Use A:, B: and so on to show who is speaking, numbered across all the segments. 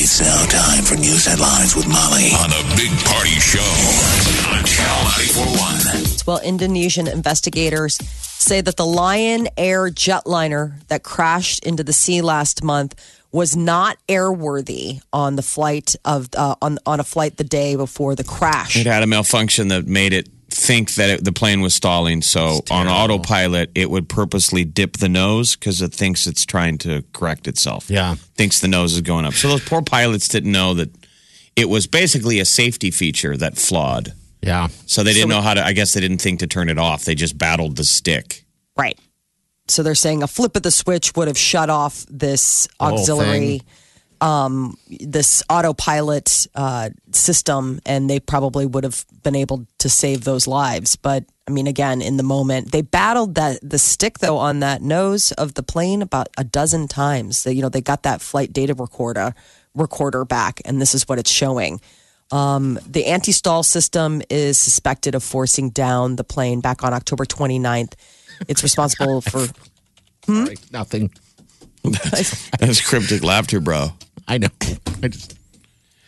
A: It's now time for news headlines with Molly on a big party show on Channel 941.
B: Well, Indonesian investigators say that the Lion Air jetliner that crashed into the sea last month was not airworthy on the flight of uh, on on a flight the day before the crash.
C: It had a malfunction that made it think that it, the plane was stalling. So on autopilot, it would purposely dip the nose because it thinks it's trying to correct itself.
D: Yeah.
C: Thinks the nose is going up. So those poor pilots didn't know that it was basically a safety feature that flawed.
D: Yeah.
C: So they didn't know how to, I guess they didn't think to turn it off. They just battled the stick.
B: Right. So they're saying a flip of the switch would have shut off this
D: whole
B: auxiliary, um, this autopilot uh, system, and they probably would have been able to save those lives. But I mean, again, in the moment, they battled that the stick though on that nose of the plane about a dozen times. They, you know, they got that flight data recorder recorder back, and this is what it's showing. Um, The anti stall system is suspected of forcing down the plane back on October 29th. It's responsible for.
D: Sorry, nothing.
C: That's cryptic laughter, bro.
D: I know. I just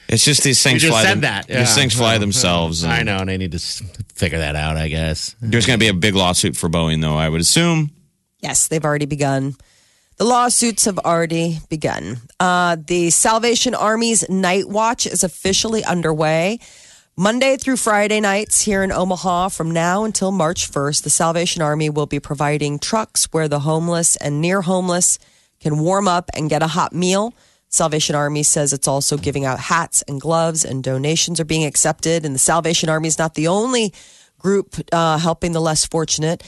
C: It's just these things
D: just
C: fly
D: said that.
C: These
D: Yeah.
C: things fly themselves. and-
D: I know, and I need to s- figure that out. I guess.
C: There's going to be a big lawsuit for Boeing, though, I would assume.
B: Yes, they've already begun. The lawsuits have already begun. Uh, the Salvation Army's night watch is officially underway. Monday through Friday nights here in Omaha, from now until March 1st, the Salvation Army will be providing trucks where the homeless and near homeless can warm up and get a hot meal. Salvation Army says it's also giving out hats and gloves, and donations are being accepted. And the Salvation Army is not the only group uh, helping the less fortunate.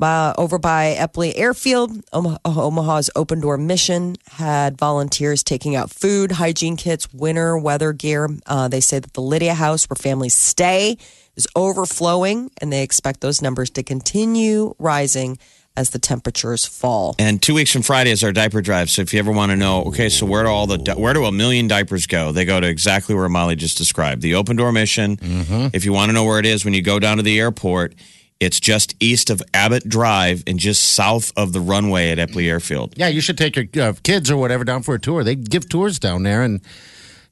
B: Uh, over by Epley Airfield, Omaha, Omaha's Open Door Mission had volunteers taking out food, hygiene kits, winter weather gear. Uh, they say that the Lydia House, where families stay, is overflowing, and they expect those numbers to continue rising as the temperatures fall.
C: And two weeks from Friday is our diaper drive. So if you ever want to know, okay, so where do all the di- where do a million diapers go? They go to exactly where Molly just described, the Open Door Mission.
D: Mm-hmm.
C: If you want to know where it is, when you go down to the airport, it's just east of Abbott Drive and just south of the runway at Epley Airfield.
D: Yeah, you should take your uh, kids or whatever down for a tour. They give tours down there, and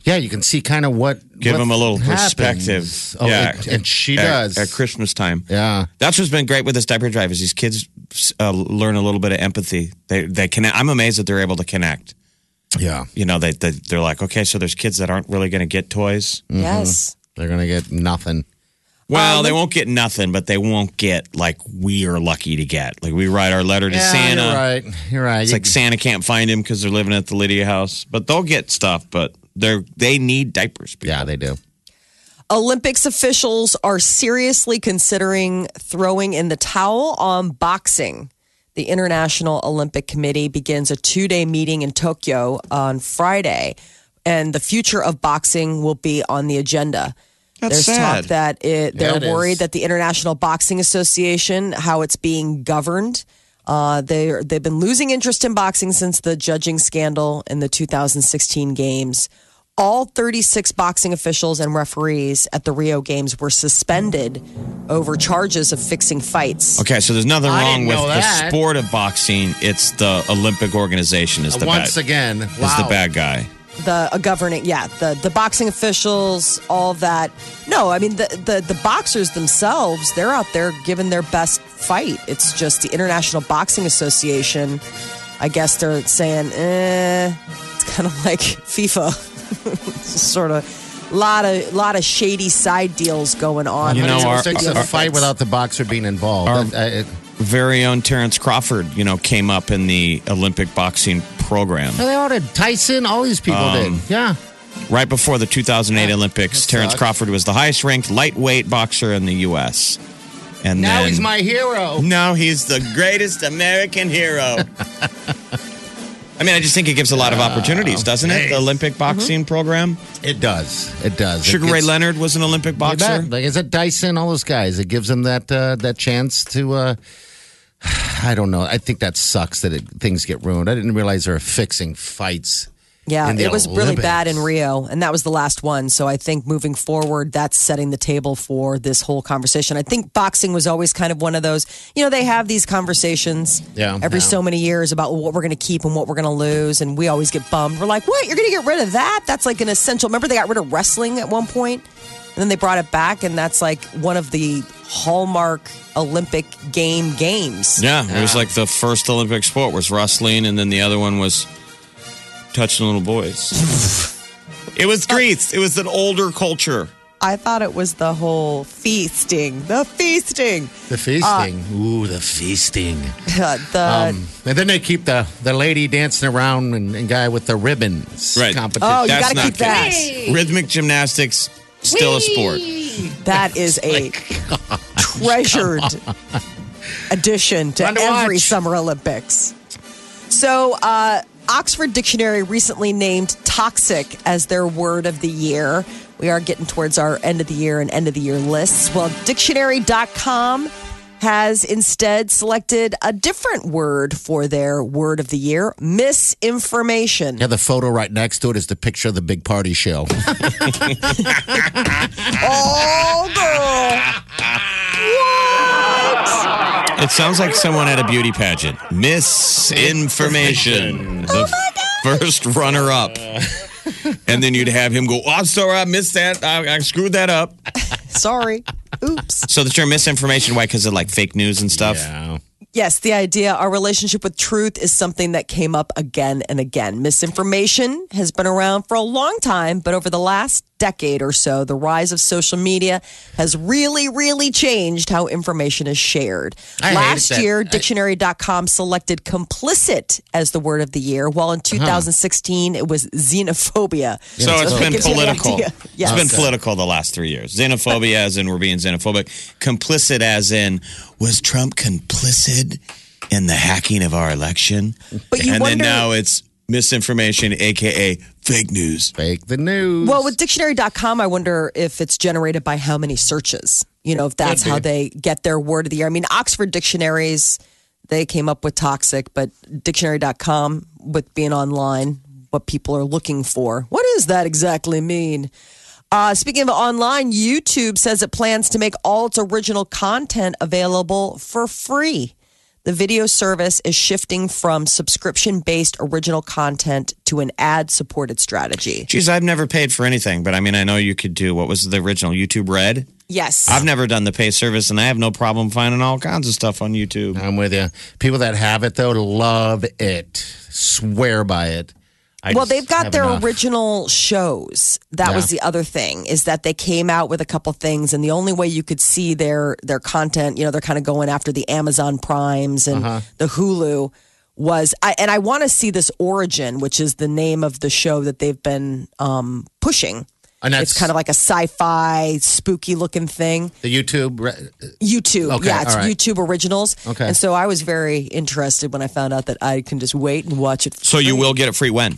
D: yeah, you can see kind of what
C: Give
D: what
C: them a little
D: happens.
C: perspective.
D: Oh, and, and she
C: At-
D: does.
C: at Christmas time.
D: yeah,
C: That's what's been great with this diaper drive is these kids uh, learn a little bit of empathy. They they connect. I'm amazed that they're able to connect.
D: yeah.
C: You know, they, they they're like, okay, so there's kids that aren't really going to get toys.
B: Yes.
D: They're gonna get nothing. Um,
C: Well, they won't get nothing, but they won't get like we are lucky to get. Like we write our letter to
D: Yeah,
C: Santa.
D: You're right. You're right.
C: It's
D: You-
C: like Santa can't find him because they're living at the Lydia house, but they'll get stuff. But they're they need diapers.
D: yeah, they do.
B: Olympics officials are seriously considering throwing in the towel on boxing. The International Olympic Committee begins a two day meeting in Tokyo on Friday, and the future of boxing will be on the agenda.
C: That's
B: There's
C: sad.
B: talk that it,
D: Yeah,
B: they're
D: it is.
B: worried that the International Boxing Association, how it's being governed. Uh, they they've been losing interest in boxing since the judging scandal in the 2016 games. All 36 boxing officials and referees at the Rio Games were suspended over charges of fixing fights.
C: Okay, so there's nothing
D: I
C: wrong
D: didn't
C: with
D: know
C: the
D: that.
C: sport of boxing. It's the Olympic organization is the
D: Uh, Once
C: bad,
D: again, wow.
C: is the bad guy.
B: the a governing yeah the the boxing officials all that no i mean the, the the boxers themselves they're out there giving their best fight it's just the international boxing association i guess they're saying eh, it's kind of like fifa sort of lot of lot of shady side deals going on
C: You
B: when
C: know,
B: it comes
C: our-
B: to
D: Fix
B: the
D: a fight
B: Olympics.
D: without the boxer being involved.
C: Our-
D: That- I- it-
C: very own Terrence Crawford, you know, came up in the Olympic boxing program.
D: they all did. Tyson, all these people did. Yeah.
C: Right before the 2008 Olympics,
D: that
C: Terrence
D: sucks.
C: Crawford was the highest ranked lightweight boxer in the U.S. And
D: Now
C: then,
D: he's my hero.
C: Now he's the greatest American hero. I mean, I just think it gives a lot of opportunities, doesn't it? The Olympic boxing program.
D: It does. It does. It
C: Mm-hmm. Sugar Ray
D: gets-
C: Leonard was an Olympic
D: You bet.
C: boxer.
D: Like I said, Dyson, all those guys. It gives them that uh, that chance to. Uh, I don't know. I think that sucks that it, things get ruined. I didn't realize they were fixing fights.
B: Yeah,
D: in the
B: it was really bad in
D: Olympics.
B: Rio, and that was the last one. So I think moving forward, that's setting the table for this whole conversation. I think boxing was always kind of one of those, you know, they have these conversations
D: Yeah,
B: every
D: yeah.
B: so many years about what we're going to keep and what we're going to lose. And we always get bummed. We're like, what? You're going to get rid of that? That's like an essential. Remember, they got rid of wrestling at one point, and then they brought it back, and that's like one of the hallmark Olympic game games.
C: Yeah, it was like the first Olympic sport was wrestling, and then the other one was touching little boys. it was Greece. It was an older culture.
B: I thought it was the whole feasting, the feasting.
D: The feasting. Ooh, the feasting.
B: the
D: Um, Uh, and then they keep the, the lady dancing around and, and guy with the ribbons.
C: Right.
D: Competition.
B: Oh, you
C: That's
B: gotta
C: not
B: keep that.
C: Greece. Rhythmic gymnastics still a sport.
B: That is a treasured addition to
D: Fun to
B: every
D: watch.
B: Summer Olympics. So, uh, Oxford Dictionary recently named toxic as their word of the year. We are getting towards our end of the year and end of the year lists. Well, dictionary.com has instead selected a different word for their word of the year misinformation.
D: Yeah, the photo right next to it is the picture of the big party show.
B: Oh, girl. What?
C: It sounds like someone at a beauty pageant. Misinformation.
B: Oh
C: The first runner up. And then you'd have him go, oh, I'm sorry, I missed that. I, I screwed that up.
B: Sorry. Oops.
C: So the term misinformation, why? Because of like fake news and stuff.
D: yeah.
B: Yes, the idea our relationship with truth is something that came up again and again. Misinformation has been around for a long time, but over the last decade or so, the rise of social media has really, really changed how information is shared.
D: I hate
B: last
D: that.
B: year,
D: I-
B: dictionary.com selected complicit as the word of the year, while in
D: Uh-huh.
B: 2016 it was xenophobia.
C: So it's
B: that
C: been
B: gives you the
C: political.
B: idea. Yes.
C: It's been political the last three years. Xenophobia, as in we're being xenophobic. Complicit, as in was Trump complicit in the hacking of our election?
B: But you
C: and
B: wonder-
C: then now it's misinformation, aka fake news.
D: Fake the news.
B: Well, with dictionary.com, I wonder if it's generated by how many searches. You know, if that's how they get their word of the year. I mean, Oxford dictionaries, they came up with toxic, but dictionary.com, with being online, what people are looking for. What does that exactly mean? Uh, speaking of online, YouTube says it plans to make all its original content available for free. The video service is shifting from subscription based original content to an ad supported strategy.
C: Geez, I've never paid for anything, but I mean, I know you could do what was the original YouTube Red.
B: Yes.
C: I've never done the pay service, and I have no problem finding all kinds of stuff on YouTube.
D: I'm with you. People that have it though love it, swear by it. I
B: well,
D: just
B: they've got
D: have
B: their
D: enough.
B: original shows. That was the other thing is that they came out with a couple things, and the only way you could see their their content, you know, they're kind of going after the Amazon Primes and
D: Uh-huh.
B: the Hulu was. I, and I want to see this Origin, which is the name of the show that they've been um, pushing.
D: And that's
B: It's kind of like a sci-fi, spooky looking thing.
D: the YouTube. re-
B: YouTube,
D: Okay,
B: yeah, it's
D: all right.
B: YouTube originals.
D: Okay.
B: and so I was very interested when I found out that I can just wait and watch it.
C: So you will get it free when?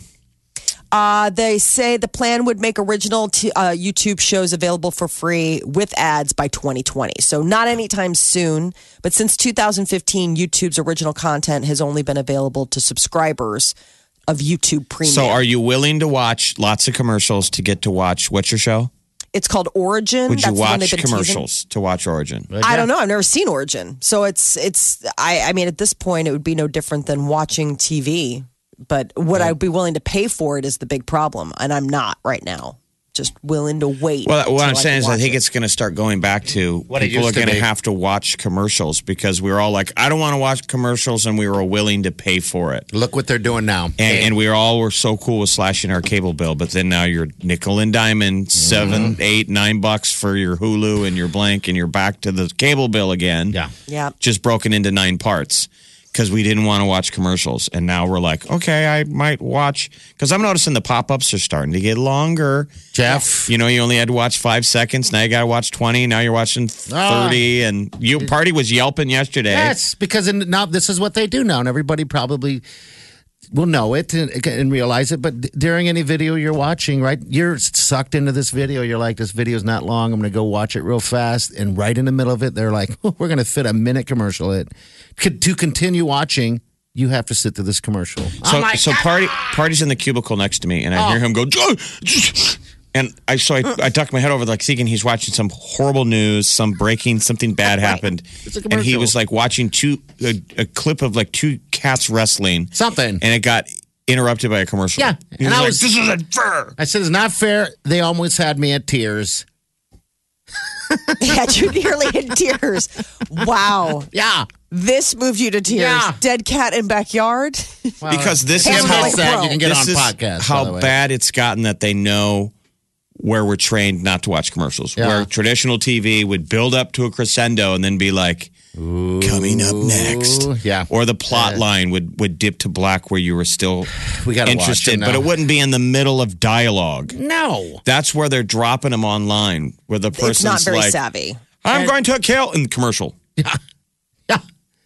B: Uh, they say the plan would make original t- uh, YouTube shows available for free with ads by 2020. So not anytime soon, but since 2015, YouTube's original content has only been available to subscribers of YouTube Premium.
C: So are you willing to watch lots of commercials to get to watch what's your show?
B: it's called Origin.
C: Would you
B: Mm, That's the one
C: watch
B: they've been teasing.
C: commercials to watch Origin?
B: I don't know. I've never seen Origin, so it's it's. I I mean, at this point, it would be no different than watching TV. But would I be willing to pay for it is the big problem, and I'm not right now. Just willing to wait.
C: Well, what
B: till
C: I'm
B: can
C: saying is, I
B: watch
C: think
B: it.
C: it's going to start going back to
D: What it
C: people are
D: used to
C: going to
D: be.
C: have to watch commercials because we were all like, I don't want to watch commercials, and we were willing to pay for it.
D: Look what they're doing now.
C: And, and we all were so cool with slashing our cable bill, but then now you're nickel and diamond, seven, eight, nine bucks for your Hulu and your blank, and you're back to the cable bill again.
D: yeah.
B: Yeah.
C: just broken into nine parts because we didn't want to watch commercials. And now we're like, okay, I might watch because I'm noticing the pop ups are starting to get longer.
D: Jeff,
C: You know, you only had to watch five seconds. Now you got to watch 20. Now you're watching 30. And you party was yelping yesterday.
D: Yes, because in, now this is what they do now, and everybody probably will know it and, and realize it. But d- during any video you're watching, right, you're sucked into this video. You're like, this video's not long. I'm going to go watch it real fast. And right in the middle of it, they're like, oh, we're going to fit a minute commercial. It to continue watching. You have to sit through this commercial.
C: So, so party party's in the cubicle next to me, and I hear
D: Oh.
C: him go, "Joe," and I so I, I duck my head over like thinking he's watching some horrible news, some breaking something bad happened,
D: a
C: and he
D: commercial.
C: was like watching two a, a clip of like two cats wrestling
D: Something.
C: and it got interrupted by a commercial.
D: Yeah,
C: He
D: and
C: was
D: I
C: like,
D: was-
C: "This isn't fair."
D: I said, it's not fair. They almost had me at tears.
B: Yeah, you're nearly in tears. Wow.
D: Yeah.
B: This moved you to tears.
D: Yeah.
B: Dead cat in backyard.
C: because this is
B: Hammer
C: how
B: like that.
D: You can get
C: this
D: on
C: is
D: podcasts, by the
C: How
D: way.
C: bad it's gotten that they know where we're trained not to watch commercials.
D: Yeah.
C: Where traditional TV would build up to a crescendo and then be like, "Coming up next."
D: Ooh, yeah.
C: Or the plot line would would dip to black where you were still
D: We gotta watch
C: interested,
D: them
C: but
D: now.
C: it wouldn't be in the middle of dialogue.
D: No.
C: That's where they're dropping them online, where the person's
B: it's not very
C: like,
B: savvy.
C: "I'm going to kill," in the commercial.
D: Yeah.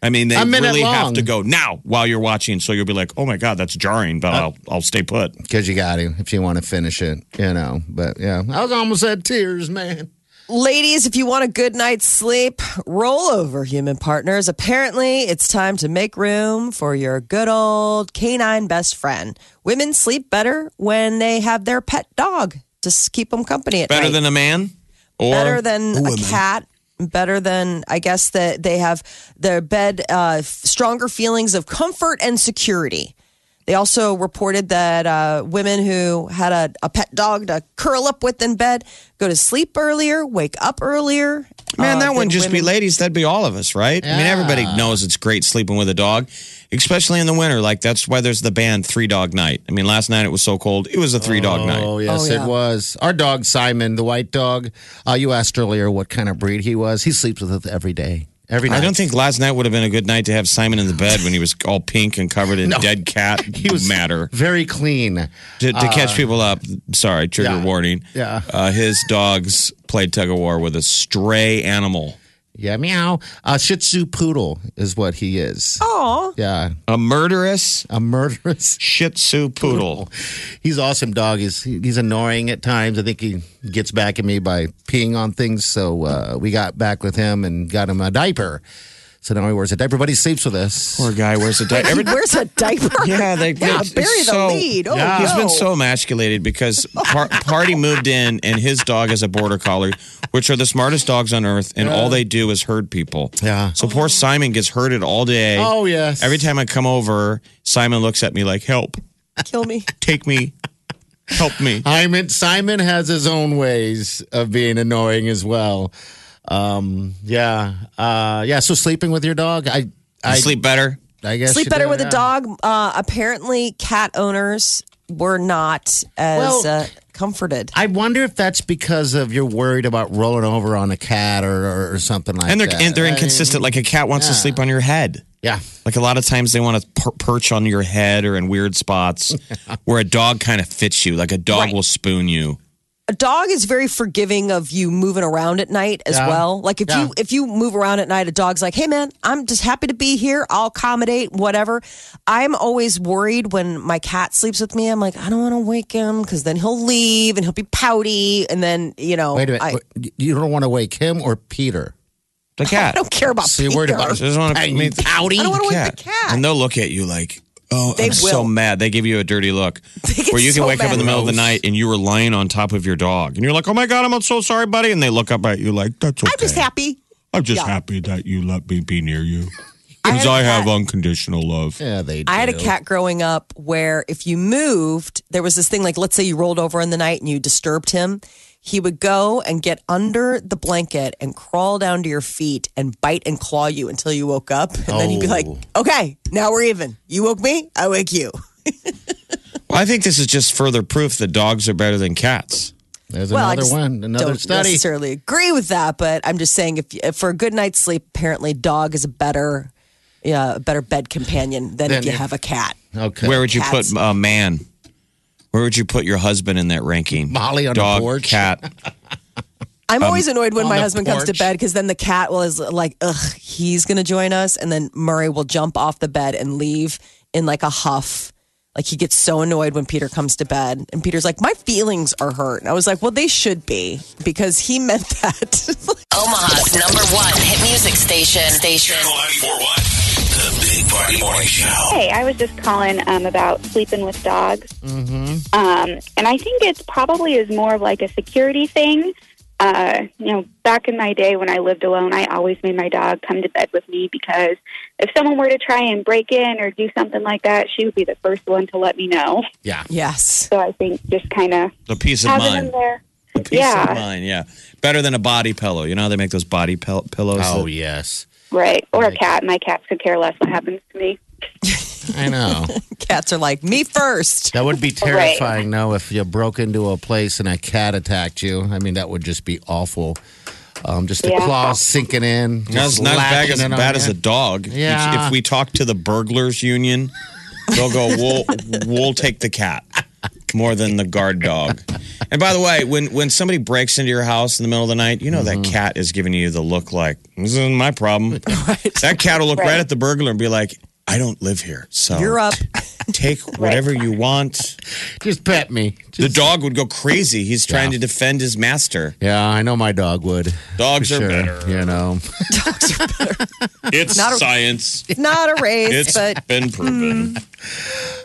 C: I mean, they
D: A minute
C: really have
D: long. Uh,
C: to go now while you're watching, so you'll be like, "Oh my god, that's jarring," but I'll I'll stay put.
D: Because you got to if you want to finish it, you know. But yeah, I was almost at tears, man.
B: Ladies, if you want a good night's sleep, roll over, human partners. Apparently, it's time to make room for your good old canine best friend. Women sleep better when they have their pet dog to s- keep them company at
C: Better
B: night.
C: than a man, or
B: better than a, cat. Better than I guess that they have their bed uh, f- stronger feelings of comfort and security. They also reported that uh, women who had a, a pet dog to curl up with in bed go to sleep earlier, wake up earlier.
C: man.
B: uh,
C: that
B: than
C: wouldn't just be
B: women-
C: ladies. That'd be all of us, right? I mean, everybody knows it's great sleeping with a dog, especially in the winter. Like that's why there's the band Three Dog Night. I mean, last night it was so cold, it was a three dog night.
D: Oh yes,
B: Oh, yeah.
D: it was our dog Simon, the white dog. Uh, you asked earlier what kind of breed he was. He sleeps with us every day, every night.
C: I don't think last night would have been a good night to have Simon in the bed when he was all pink and covered in
D: No.
C: dead cat
D: he was
C: matter.
D: Very clean.
C: to, to
B: Uh,
C: catch people up, sorry, trigger
D: yeah,
C: warning.
D: yeah.
C: Uh, his dogs played tug of war with a stray animal,
D: Yeah, meow. Uh, Shih Tzu poodle is what he is.
B: Aw.
D: Yeah,
C: a murderous
D: a murderous.
C: Shih Tzu poodle.
D: He's awesome dog. He's he's annoying at times. I think he gets back at me by peeing on things. So uh, we got back with him and got him a diaper. So now he wears a diaper, but he sleeps with us.
C: Poor guy wears a diaper.
B: He wears a diaper.
C: yeah, they, they-
B: yeah,
C: it's
B: bury the
C: so-
B: lead. Oh,
C: He's
B: no.
C: been so emasculated because Par- Party moved in, and his dog is a border collie, which are the smartest dogs on earth, and all they do is herd people.
D: Yeah.
C: So
B: Oh.
C: poor Simon gets herded all day.
D: Oh, yes.
C: Every time I come over, Simon looks at me like, "Help!
B: Kill me.
C: Take me! Help me!"
D: Simon Simon has his own ways of being annoying as well. Um, yeah, uh, yeah. So sleeping with your dog, I, I
C: I sleep better.
D: I guess
B: Sleep
D: you
B: better
D: do,
B: with
D: yeah.
B: a dog. Uh, apparently, cat owners were not as
D: Well-
B: uh, comforted.
D: I wonder if that's because of you're worried about rolling over on a cat or, or, or something like
C: and they're
D: that.
C: and they're
D: I mean,
C: inconsistent. like a cat wants to sleep on your head.
D: yeah,
C: Like a lot of times they want to per- perch on your head or in weird spots, where a dog kind of fits you. Like a dog will spoon you.
B: a dog is very forgiving of you moving around at night as
D: Yeah.
B: well. Like if you
D: Yeah.
B: if you move around at night, a dog's like, "Hey man, I'm just happy to be here. I'll accommodate whatever." I'm always worried when my cat sleeps with me. I'm like, I don't want to wake him because then he'll leave and he'll be pouty, and then you know,
D: Wait a minute.
B: I,
D: Wait, you don't want to wake him or Peter.
C: The
B: I
C: cat.
B: don't care about.
D: So you're worried
B: Peter.
D: about
C: She doesn't want to
D: Hey, pouty.
B: I don't want to wake the cat.
C: And they'll look at you like, oh,
B: They
C: I'm so
B: will.
C: mad. They give you a dirty look.
B: They get
C: Where you can
B: so
C: wake up in the
B: mad.
C: middle of the night and you were lying on top of your dog. And you're like, oh my God, I'm so sorry, buddy. And they look up at you like, that's okay.
B: I'm just happy.
C: I'm just
B: Yeah.
C: happy that you let me be near you.
B: I
C: Because
B: had a
C: I, have
B: cat-
C: unconditional love.
D: Yeah, they. Do.
B: I had a cat growing up where if you moved, there was this thing like, let's say you rolled over in the night and you disturbed him. He would go and get under the blanket and crawl down to your feet and bite and claw you until you woke up. And then he'd be like,
D: Oh.
B: okay, now we're even. You woke me, I wake you.
C: Well, I think this is just further proof that dogs are better than cats.
D: There's
B: I
D: another
B: just
D: one, another
B: don't
D: study.
B: necessarily agree with that, but I'm just saying if, if for a good night's sleep, apparently dog is a better, yeah, a better bed companion than if
D: Then
B: you
D: if-
B: have a cat.
D: Okay.
C: Where would you
B: Cats.
C: put a man? Where would you put your husband in that ranking?
D: Molly on the
C: dog,
D: porch?
C: cat.
B: I'm always annoyed when
D: Um, on
B: my
D: the
B: husband comes to
D: porch.
B: bed because then the cat will is like, ugh, he's going to join us. And then Murray will jump off the bed and leave in like a huff. Like he gets so annoyed when Peter comes to bed, and Peter's like, "My feelings are hurt." And I was like, "Well, they should be because he meant that."
E: Omaha's number one hit music station. Station.
A: Channel 941. The Big Party Morning Show.
F: Hey, I was just calling um, about sleeping with dogs.
C: Mm-hmm.
F: Um, and I think it's probably is more of like a security thing. Uh, you know, back in my day when I lived alone, I always made my dog come to bed with me because if someone were to try and break in or do something like that, she would be the first one to let me know.
D: Yeah.
B: yes.
F: So I think just kind of
C: The peace of
F: having them
C: mind.
F: there.
C: The peace
F: yeah.
C: of mind, yeah. Better than a body pillow. You know how they make those body pill- pillows?
D: Oh
C: that-
D: yes,
F: Right. Or a cat. My cats could care less what happens to me.
D: I know.
B: Cats are like me first.
D: That would be terrifying, though, if you broke into a place and a cat attacked you. I mean, that would just be awful. Um, just the
F: Yeah.
D: claws sinking in.
C: Not,
D: just
C: as- not as bad
D: lacking
C: as,
D: in on
C: bad as
D: you.
C: a dog.
D: Yeah.
C: If we talk to the burglars union, they'll go, we'll, we'll take the cat more than the guard dog. And by the way, when, when somebody breaks into your house in the middle of the night, you know that cat is giving you the look like, this isn't my problem. That cat will look right.
F: Right.
C: at the burglar and be like, I don't live here. So
B: You're up.
C: take whatever you want.
D: Just pet me.
C: The
D: Just,
C: dog would go crazy. He's trying to defend his master.
D: yeah, I know my dog would.
C: Dogs are
D: Sure,
C: better.
D: you know.
C: It's
B: Not a-
C: science.
B: Not a race,
C: It's
B: but
C: been proven.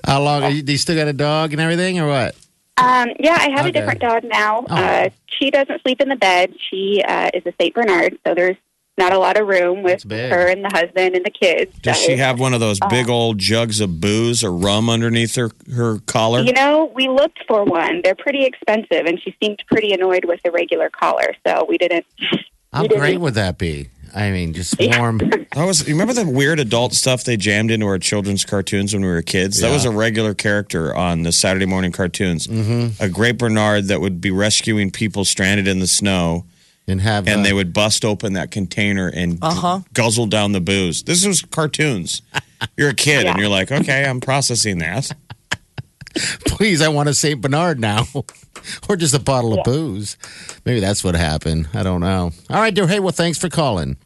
D: How long? Are you, do you still got a dog and everything, or what?
F: Um, yeah, I
D: Okay. Oh.
F: have a different dog now. Uh, she doesn't sleep in the bed. She uh, is a Saint Bernard, so there's not a lot of room with
D: That's big.
F: her and the husband and the kids.
C: Does
F: so,
C: she have one of those
F: Uh,
C: big old jugs of booze or rum underneath her her collar?
F: You know, we looked for one. They're pretty expensive, and she seemed pretty annoyed with the regular collar, so we didn't.
D: How
F: You didn't- e-
D: great would that be? I mean, just warm.
C: I was. You remember the weird adult stuff they jammed into our children's cartoons when we were kids? That was a regular character on the Saturday morning cartoons. Mm-hmm. A Great Bernard that would be rescuing people stranded in the snow,
D: and have
C: and
D: uh,
C: they would bust open that container and
B: Uh-huh.
C: guzzle down the booze. This was cartoons. You're a kid, and
F: Yeah.
C: you're like, okay, I'm processing that.
D: please, I want a St. Bernard now. or just a bottle of booze. Maybe that's what happened. I don't know. All right, dear. Hey, well, thanks for calling.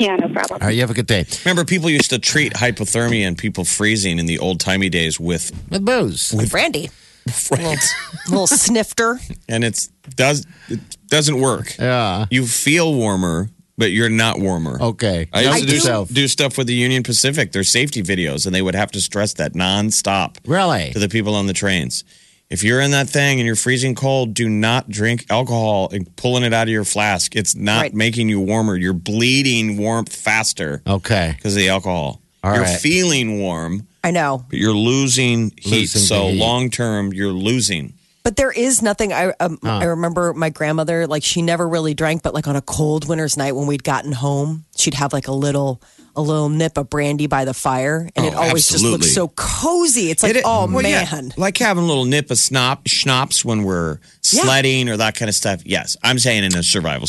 F: Yeah, no problem.
D: All right, you have a good day.
C: Remember, people used to treat hypothermia and people freezing in the old timey days with
D: With booze.
B: Brandy. Little snifter.
C: and it's does it doesn't work.
D: Yeah.
C: You feel warmer, but you're not warmer.
D: Okay.
C: I used to
D: Note
C: do,
D: yourself.
C: do stuff with the Union Pacific, their safety videos, and they would have to stress that nonstop
D: Really?
C: to the people on the trains. If you're in that thing and you're freezing cold, do not drink alcohol and pulling it out of your flask. It's not
B: Right.
C: making you warmer. You're bleeding warmth faster
D: Okay.
C: because of the alcohol.
D: Oh. All
C: you're
D: right.
C: feeling warm,
B: I know.
C: but you're losing heat.
D: Losing the
C: so
D: heat.
C: long term, you're losing.
B: But there is nothing. I um, I remember my grandmother like she never really drank, but like on a cold winter's night when we'd gotten home, she'd have like a little a little nip of brandy by the fire, and it
C: Oh,
B: always
C: absolutely.
B: just looks so cozy. It's like
C: It-
B: oh
C: well, yeah,
B: man,
C: like having a little nip of snop, schnapps when we're sledding or that kind of stuff. Yes, I'm saying in a survival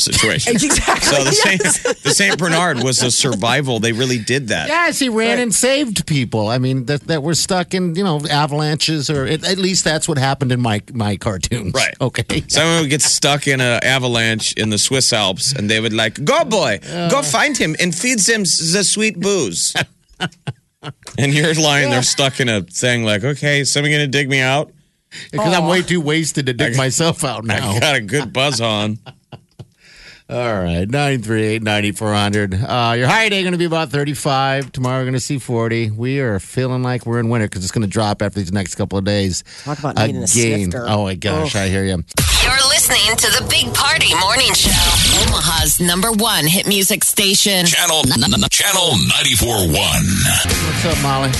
C: situation.
B: exactly.
C: so the Saint,
B: yes.
C: the Saint Bernard was a survival. They really did that.
D: Yes, he ran and saved people. I mean, that, that were stuck in, you know, avalanches, or at, at least that's what happened in my, my cartoons.
C: Right.
D: Okay.
C: Someone would get stuck in an avalanche in the Swiss Alps, and they would like, "Go boy, go find him and feed him s- the sweet booze." and you're lying there stuck in a thing, like, "Okay, is someone gonna dig me out?
D: Because I'm way too wasted to dig myself out now.
C: I got a good buzz on."
D: All right, 938 9400. Uh, your high today going to be about 35. Tomorrow, we're going to see 40. We are feeling like we're in winter because it's going to drop after these next couple of days.
B: Talk about needing a snifter.
D: Oh, my gosh, I hear you.
E: You're listening to the Big Party Morning Show. Omaha's number one hit music station.
A: Channel, channel 94.1.
D: What's up, Molly?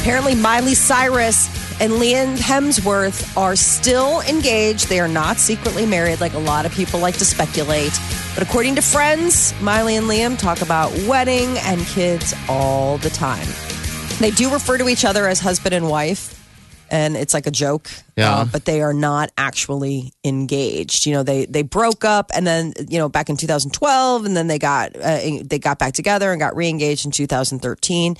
B: Apparently, Miley Cyrus and Liam Hemsworth are still engaged. They are not secretly married, like a lot of people like to speculate. But according to friends, Miley and Liam talk about wedding and kids all the time. They do refer to each other as husband and wife, and it's like a joke. uh,
D: Yeah.
B: but they are not actually engaged. You know, they they broke up, and then you know back in 2012, and then they got uh, they got back together and got reengaged in 2013,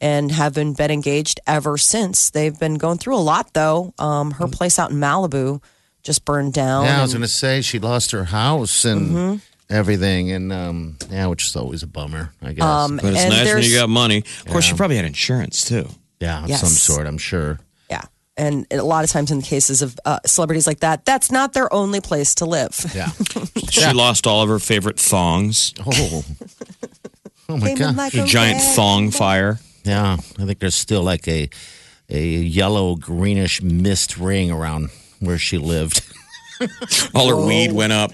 B: and have been been engaged ever since. They've been going through a lot though. Um, her place out in Malibu just burned down.
D: Yeah, I was
B: and- Mm-hmm.
D: going to say she lost her house and everything, and um, yeah, which is always a bummer, I guess.
B: Um,
C: But it's
B: and
C: nice when
B: there's-
C: you got money. Of course, she probably had insurance too.
D: yeah, of
B: yes.
D: some sort, I'm sure.
B: and a lot of times in the cases of uh, celebrities like that, that's not their only place to live.
D: Yeah.
C: She lost all of her favorite thongs.
D: Oh. Oh my
B: Came in
D: god.
B: like
C: The
B: a
C: giant
B: wreck.
C: thong fire.
D: yeah, I think there's still like a a yellow greenish mist ring around where she lived.
C: All her weed went up.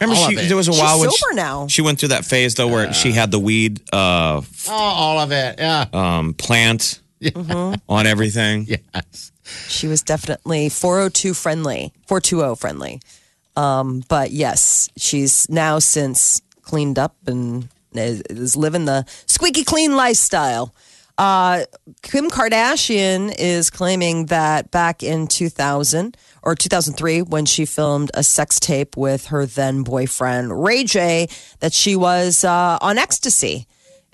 C: Remember,
D: All
C: she,
D: of it.
C: there was a
B: She's
C: while when
B: sober
C: she,
B: now.
C: she went through that phase though, where she had the weed uh,
D: Oh, all of it. Yeah.
C: um, plant on everything.
D: yes.
B: She was definitely 402 friendly, 420 friendly. Um, but yes, she's now since cleaned up and is, is living the squeaky clean lifestyle. Uh, Kim Kardashian is claiming that back in 2000 or 2003, when she filmed a sex tape with her then boyfriend Ray J, that she was uh, on ecstasy.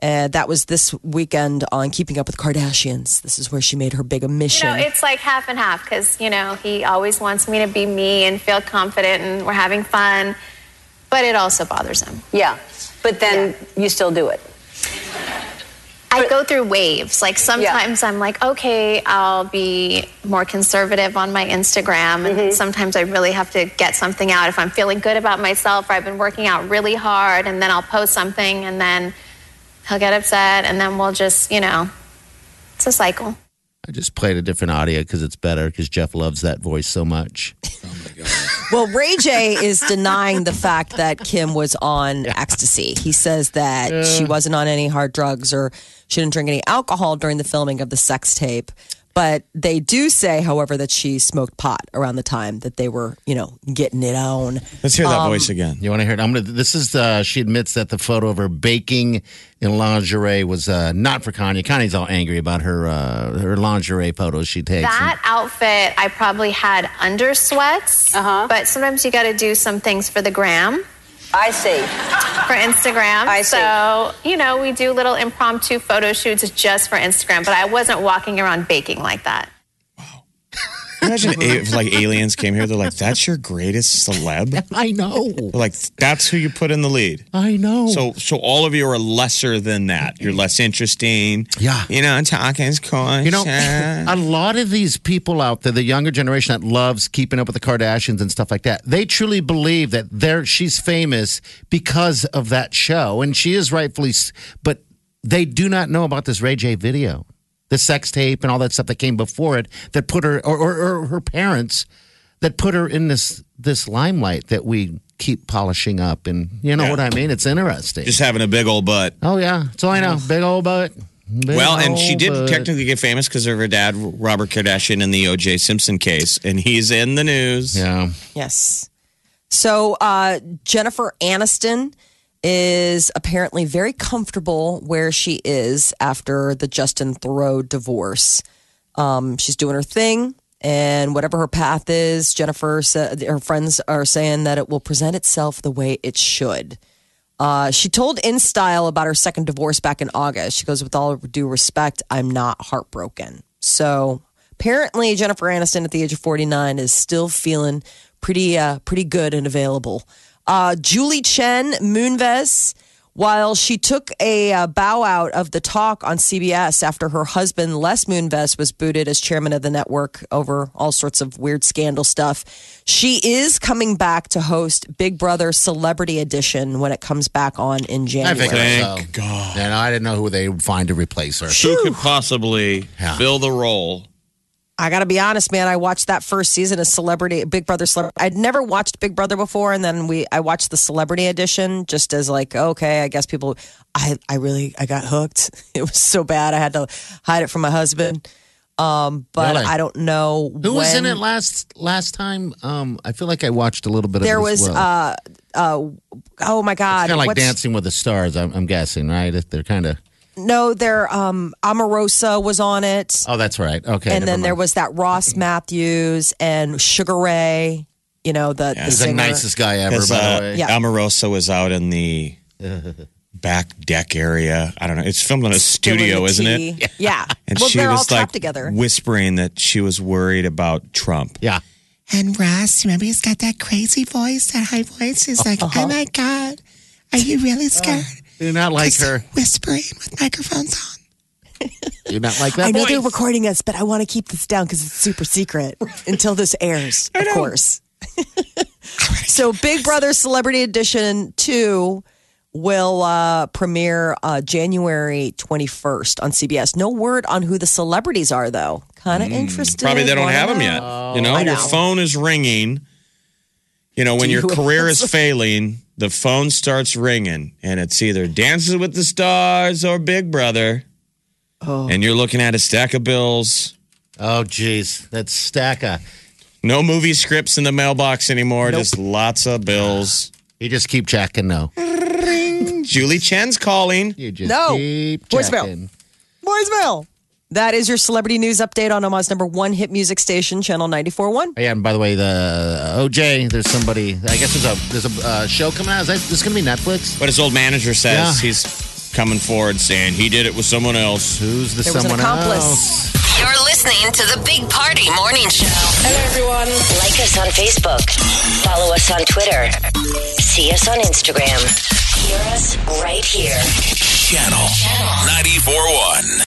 B: And that was this weekend on Keeping Up with Kardashians. This is where she made her big omission.
G: You know, it's like half and half because, you know, he always wants me to be me and feel confident and we're having fun, but it also bothers him.
H: Yeah, but then you still do it.
G: I go through waves. Like sometimes I'm like, okay, I'll be more conservative on my Instagram. And
H: Mm-hmm.
G: sometimes I really have to get something out if I'm feeling good about myself or I've been working out really hard. And then I'll post something and then he'll get upset. And then we'll just, you know, it's a cycle.
D: I just played a different audio because it's better because Jeff loves that voice so much.
B: Well, Ray J is denying the fact that Kim was on ecstasy. He says that she wasn't on any hard drugs or she didn't drink any alcohol during the filming of the sex tape. But they do say, however, that she smoked pot around the time that they were, you know, getting it on.
C: Let's hear
D: Um,
C: that voice again.
D: You want to hear it? I'm gonna. This is. Uh, she admits that the photo of her baking in lingerie was uh, not for Kanye. Kanye's all angry about her uh, her lingerie photos she takes.
G: That outfit, I probably had under sweats,
H: Uh-huh.
G: but sometimes you got to do some things for the gram,
H: I see.
G: for Instagram.
H: I see.
G: So, you know, we do little impromptu photo shoots just for Instagram, but I wasn't walking around baking like that.
C: Imagine a- if like aliens came here. They're like, "That's your greatest celeb." They're
D: I know.
C: like, "That's who you put in the lead."
D: I know.
C: So, so all of you are lesser than that. You're less interesting.
D: Yeah.
C: you know, talking's cool.
D: You know, a lot of these people out there, the younger generation that loves keeping up with the Kardashians and stuff like that, they truly believe that they're, she's famous because of that show. And she is rightfully, s- but they do not know about this Ray J video, the sex tape and all that stuff that came before it that put her, or, or, or her parents that put her in this, this limelight that we keep polishing up. And you know
C: Yeah.
D: what I mean? It's interesting.
C: just having a big old butt.
D: oh, yeah. That's all I know. Big old butt. Big
C: Well, and she
D: old
C: did
D: butt.
C: technically get famous because of her dad, Robert Kardashian, in the O.J. Simpson case, and he's in the news.
D: Yeah.
B: Yes. So uh, Jennifer Aniston is apparently very comfortable where she is after the Justin Thoreau divorce. Um, she's doing her thing, and whatever her path is, Jennifer, sa- her friends are saying that it will present itself the way it should. Uh, she told InStyle about her second divorce back in August. She goes, with all due respect, I'm not heartbroken. So apparently, Jennifer Aniston at the age of 49 is still feeling pretty, uh, pretty good and available. Uh, Julie Chen Moonves, while she took a uh, bow out of the talk on CBS after her husband Les Moonves was booted as chairman of the network over all sorts of weird scandal stuff, she is coming back to host Big Brother Celebrity Edition when it comes back on in
D: I
B: January.
D: figured
C: Thank
D: so. God. And I didn't know who they would find to replace her.
C: Who could possibly
D: Yeah.
C: fill the role?
B: I gotta be honest, man. I watched that first season of Celebrity Big Brother Celebrity. I'd never watched Big Brother before, and then we I watched the Celebrity Edition just as like, okay, I guess people. I I really I got hooked. It was so bad I had to hide it from my husband. Um, but
D: Really?
B: I don't know
D: Who was in
B: when-
D: it last last time? Um, I feel like I watched a little bit.
B: There
D: of it as
B: was
D: well.
B: uh uh oh my god,
D: kind of like
B: what's-
D: Dancing with the Stars. I'm, I'm guessing, right? If They're kind of.
B: No, there um Amorosa was on it.
D: Oh, that's right. Okay.
B: and then there was that Ross Matthews and Sugar Ray, you know, the, the
D: He's the
B: singer.
D: nicest guy ever,
C: Because
D: by
C: uh,
D: the way.
B: Yeah.
C: Omarosa was out in the back deck area. I don't know. It's filmed in a
B: Still
C: studio,
B: in
C: isn't
B: the
C: it?
B: tea. Yeah.
C: And
B: well,
C: she
B: they're
C: was
B: all
C: like
B: trapped together.
C: whispering that she was worried about Trump.
D: Yeah.
I: And Ross, remember he's got that crazy voice, that high voice. He's like,
D: Uh-huh.
I: "Oh my God, are you really scared?"
D: Do not Uh, like
I: Just
D: her.
I: whispering with microphones on.
D: You're not like that.
B: I know
D: voice.
B: they're recording us, but I want to keep this down because it's super secret until this airs, of course. so, Big Brother Celebrity Edition 2 will uh, premiere uh, January 21st on CBS. No word on who the celebrities are, though. Kind of interested.
C: Probably they don't
B: Wanna
C: have them
B: know.
C: yet. You know,
B: Oh, I
C: your
B: know.
C: phone is ringing. You know, when
B: Do
C: your
B: you
C: career is
B: answer?
C: failing, the phone starts ringing, and it's either Dances with the Stars or Big Brother.
B: Oh.
C: And you're looking at a stack of bills.
D: Oh, geez, that's stack of.
C: No movie scripts in the mailbox anymore. Just lots of bills.
D: You just keep checking. No,
C: Julie Chen's calling.
D: you just
B: No.
D: keep
B: Voicemail.
D: checking.
B: Voicemail. That is your celebrity news update on Omaha's number one hit music station, Channel 94.1.
D: Oh, yeah, and by the way, the OJ. There's somebody. I guess there's a there's a uh, show coming out. Is that this going to be Netflix?
C: But his old manager says
D: Yeah.
C: he's coming forward saying he did it with someone else.
D: Who's the
B: There was an
D: someone
B: accomplice.
D: else?
E: You're listening to the Big Party Morning Show. Hello, everyone.
J: Like us on Facebook. Follow us on Twitter. See us on Instagram. Hear us right here.
A: Channel